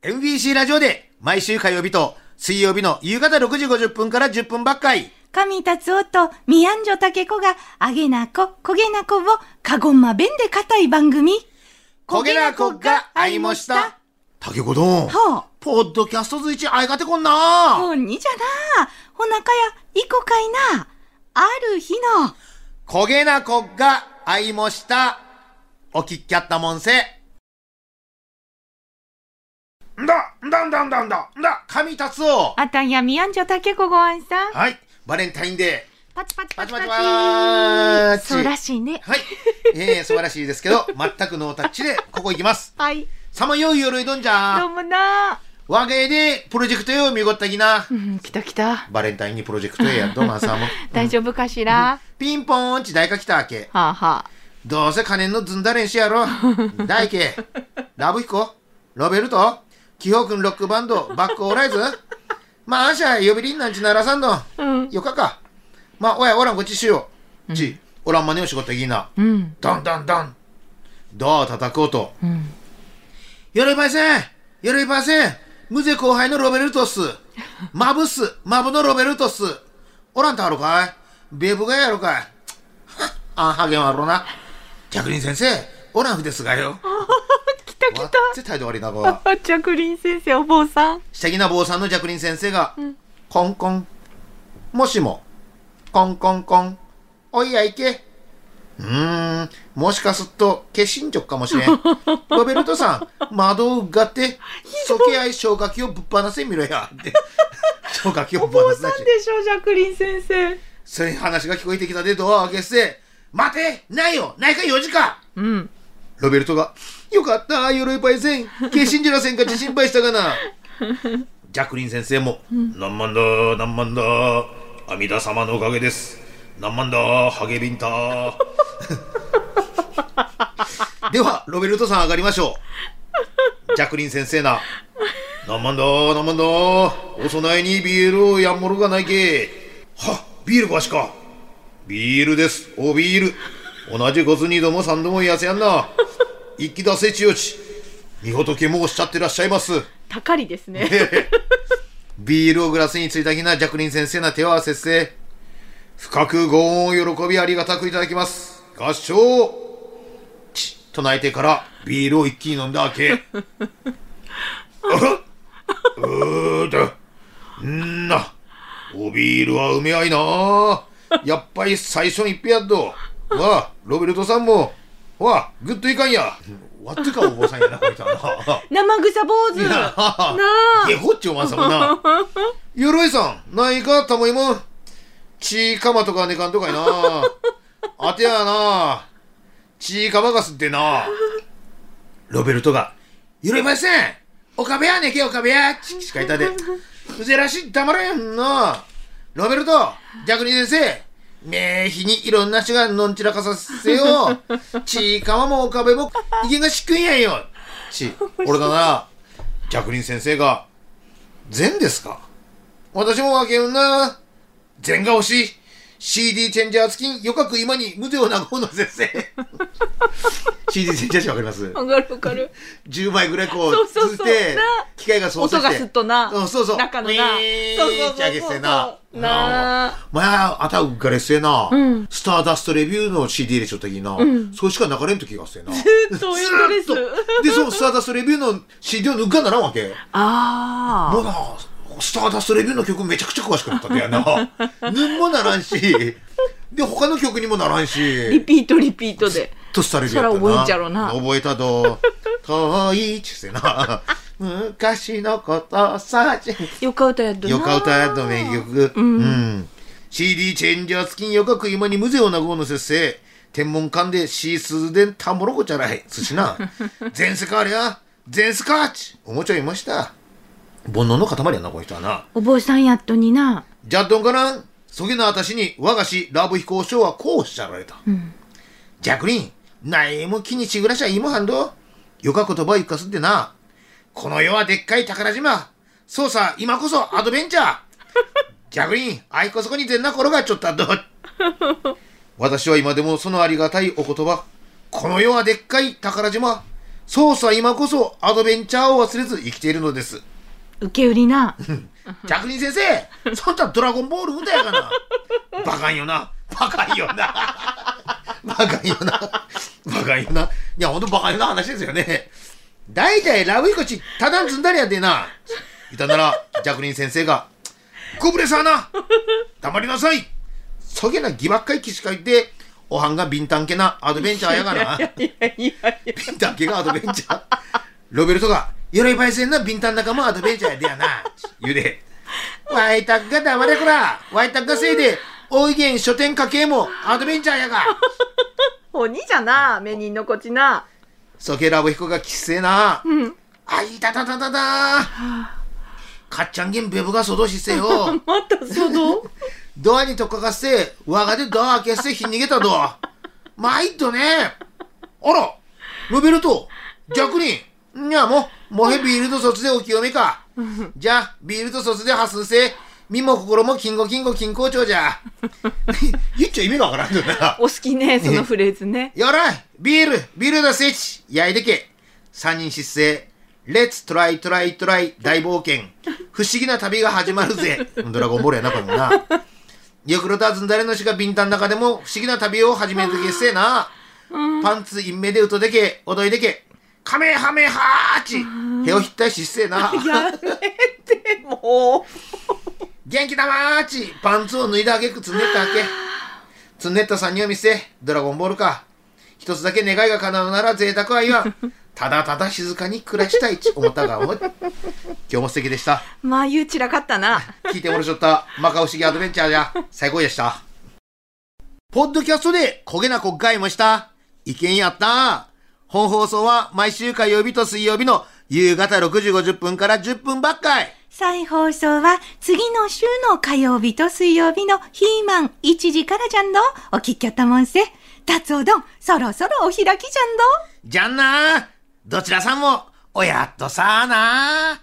MBC ラジオで毎週火曜日と水曜日の夕方6時50分から10分ばっかり。神達夫とミヤンジョタケコが、あげなこ、こげなこを、かごんま弁で固い番組。焦げなこが会いました。竹子どん。ほポッドキャストずいち会いがてこんなう、ほんにじゃな。ほなかや、いこかいな。ある日の、焦げなこが会いました。お聞きゃったもんせ。んだ、んだんだんだんだ、んだ、神達夫。あたんやミヤンジョタケコごあんさん。はい、バレンタインデパチパチパチパパチチ。パチパチそうらしいねー。。はい、えー、素晴らしいですけど、全くノータッチでここ行きます。はい。さまよいよろいどんじどうゃ。もな。わげでプロジェクトよ見ごったきなう。ん、来た来た。バレンタインにプロジェクトやどまん さんも。大丈夫かしら、ピンポーンち大か来たわけ。はあはどうせ金のずんだ練習やろ。大輝、ラブヒコ、ロベルト、キホ君ロックバンド、バックオーライズ。まあ、あんしゃ、呼びりんなんちならさんの。あ。うん。よかか。まあ、おや、おらんこっちしよう。ち、おらんまねをしごったぎいな。うん。どんどんどん。どう叩こうと。うん。よろいばいせんよろいばいせん無勢後輩のロベルトスマブスマブのロベルトスおらんとあるかいベブがやろかい あんはげんはろな逆に先生おらんふですがよ来た来。わったて態度悪いなこあ、ジャクリン先生、お坊さん。下着な坊さんのジャクリン先生が、コンコン。もしも、コンコンコン。おいやいけ。うーん、もしかすっと、化身直かもしれ ん。ロベルトさん、窓をうがって、そけ合い消火器をぶっ放せみろや。 って、消火器をおぶっ坊放せさなしん。でしょ、ジャクリン先生。そういう話が聞こえてきたで、ドアを開けして、待てないよないかよ時かうん。ロベルトが、よかった、鎧パイセン、決心じらせんかち心配したがな。ジャクリン先生も、なんまんだ、なんまんだ、阿弥陀様のおかげです。なんまんだ、ハゲビンタ。 では、ロベルトさん上がりましょう。ジャクリン先生な、なんまんだ、なんまんだ、お供えにビールをやんもろがないけ。は、ビールがしか。ビールです、おビール。同じごつにども三度も言わせやんな。一気出せちよち。みほとけもおっしゃってらっしゃいます。たかりですね。ビールをグラスについたきなジャクリン先生な手を合わせて、深くご恩を喜びありがたくいただきます。合唱ち、と泣いてからビールを一気に飲んだわけ。 あらうーだ。んーな。おビールはうめあいなあやっぱり最初の一杯やっど。わあ、ロベルトさんも。わあ、グッといかんや。わってかお坊さんやな、こいつはな。生草坊主。ななああ。ゲホっちおまんさんもな。鎧さん、ないか、たもいもん。ちいかまとかねかんとかいな。あてやな。ちいかまがすってな。ロベルトが、鎧ません。おかべやねけ、おかべや。ちきしかいたで。うぜらしい、黙れんな。ロベルト、ジャクリン先生。名日にいろんな人がのんちらかさせよう。ちいかまもおかべも、いげがしくんやんよ。ち、俺だな。ジャクリン先生が、禅ですか私もわけよな。禅が欲しい。CD チェンジャー付き、よかく今に無手をなごうの先生。CD チェンジャーしわかりますわかるわかる。 10枚ぐらいこうそうそうそうつってな機械が操音作してがすっとな。うんそうそう中のウィな。ーンそうそうそうそうって上げてななあ。まああたうっかれっせえな、うんスターダストレビューの CD 入れちょった時にな、んそうしか流れん時がっせ えなずっとエンドレスず。ーっとでそのスターダストレビューの CD を抜かんならんわけもあうなスターダストレビューの曲めちゃくちゃ詳しくなったんだよ なぬんもならんしで他の曲にもならんあ。リしピートリピートで。とされるやったなそら覚えんちゃろな覚えた ど遠いっちゅってな昔のことさよか歌やっどな。よか歌やの名曲。うん。CD チェンジャー付きんよかく今に無勢をなごうのせっせ。天文館でシースーでんたもろこちゃらい。寿司 な。全世界ありゃ。全世界っち。おもちゃいました。煩悩の塊やな、この人はな。お坊さんやっとにな。じゃっどんからん。そげな私に我が師ラブ飛行賞はこうおっしゃられた。ジャクリン、何も気にしぐらしゃいいもはんど。よか言葉ゆかすってな。この世はでっかい宝島。そうさ、今こそアドベンチャー。ジャクリン、あいこそこに全な転がっちょったど。私は今でもそのありがたいお言葉。この世はでっかい宝島。そうさ今こそアドベンチャーを忘れず生きているのです受け売りな。百人先生そんなドラゴンボール歌やがなバカんよなバカんよなバカんよなバカんよないやほんとバカんよな話ですよね大体ラブイコチただんずんだりやでないたなら百人先生が「ご無礼さな黙りなさいそげな義ばっかりきしか言っておはんがビンタンけなアドベンチャーやがな」いやいやいや。ビンタン系がアドベンチャー。ロベルトが、鎧パイセンのビンタン仲間はアドベンチャーやでやな。言うで。ワイタッが黙れこら。ワイタッがせいで、大井源書店家系もアドベンチャーやが。鬼じゃな、目に残ちな。そけラボ彦がきっせえな。うん。あいたたたたたかっちゃんげんベブが外しっせよ。またそ の。ドアにとっかかっせ、我がでドア開けっせ、ひん逃げたドア。参ったね。あら、ロベルト、逆に、いやもう、もへビールと卒でお清めか。じゃあ、ビールと卒で発すせ、身も心も金吾金吾金好調じゃ。言っちゃ意味がわからんよな。お好きね、そのフレーズね。よらい、ビール、ビールだせち、やいでけ。三人失勢、レッツトライトライトライ大冒険。不思議な旅が始まるぜ。ドラゴンボールやな、これもな。ヨクロターズン誰の死がビンタンの中でも不思議な旅を始めるげせえな。パンツインメでうとでけ、踊いでけ。カメハメハーチ。へをひったいしっせえな。やめて、も元気だまーちパンツを脱いだあげくつんねったあけつんねった三人を見せドラゴンボールか一つだけ願いが叶うなら贅沢は言わんただただ静かに暮らしたいち思ったが思い今日も素敵でしたう。まあ、言う散らかったな。聞いてもらっちゃったマカ不思議アドベンチャーじゃ最高でしたポッドキャストで焦げな国会もした意見やった本放送は毎週火曜日と水曜日の夕方6時50分から10分ばっかい再放送は次の週の火曜日と水曜日のヒーマン1時からじゃんど。お聞きやったもんせ。達おどん、そろそろお開きじゃんど。じゃんなどちらさんも、おやっとさあな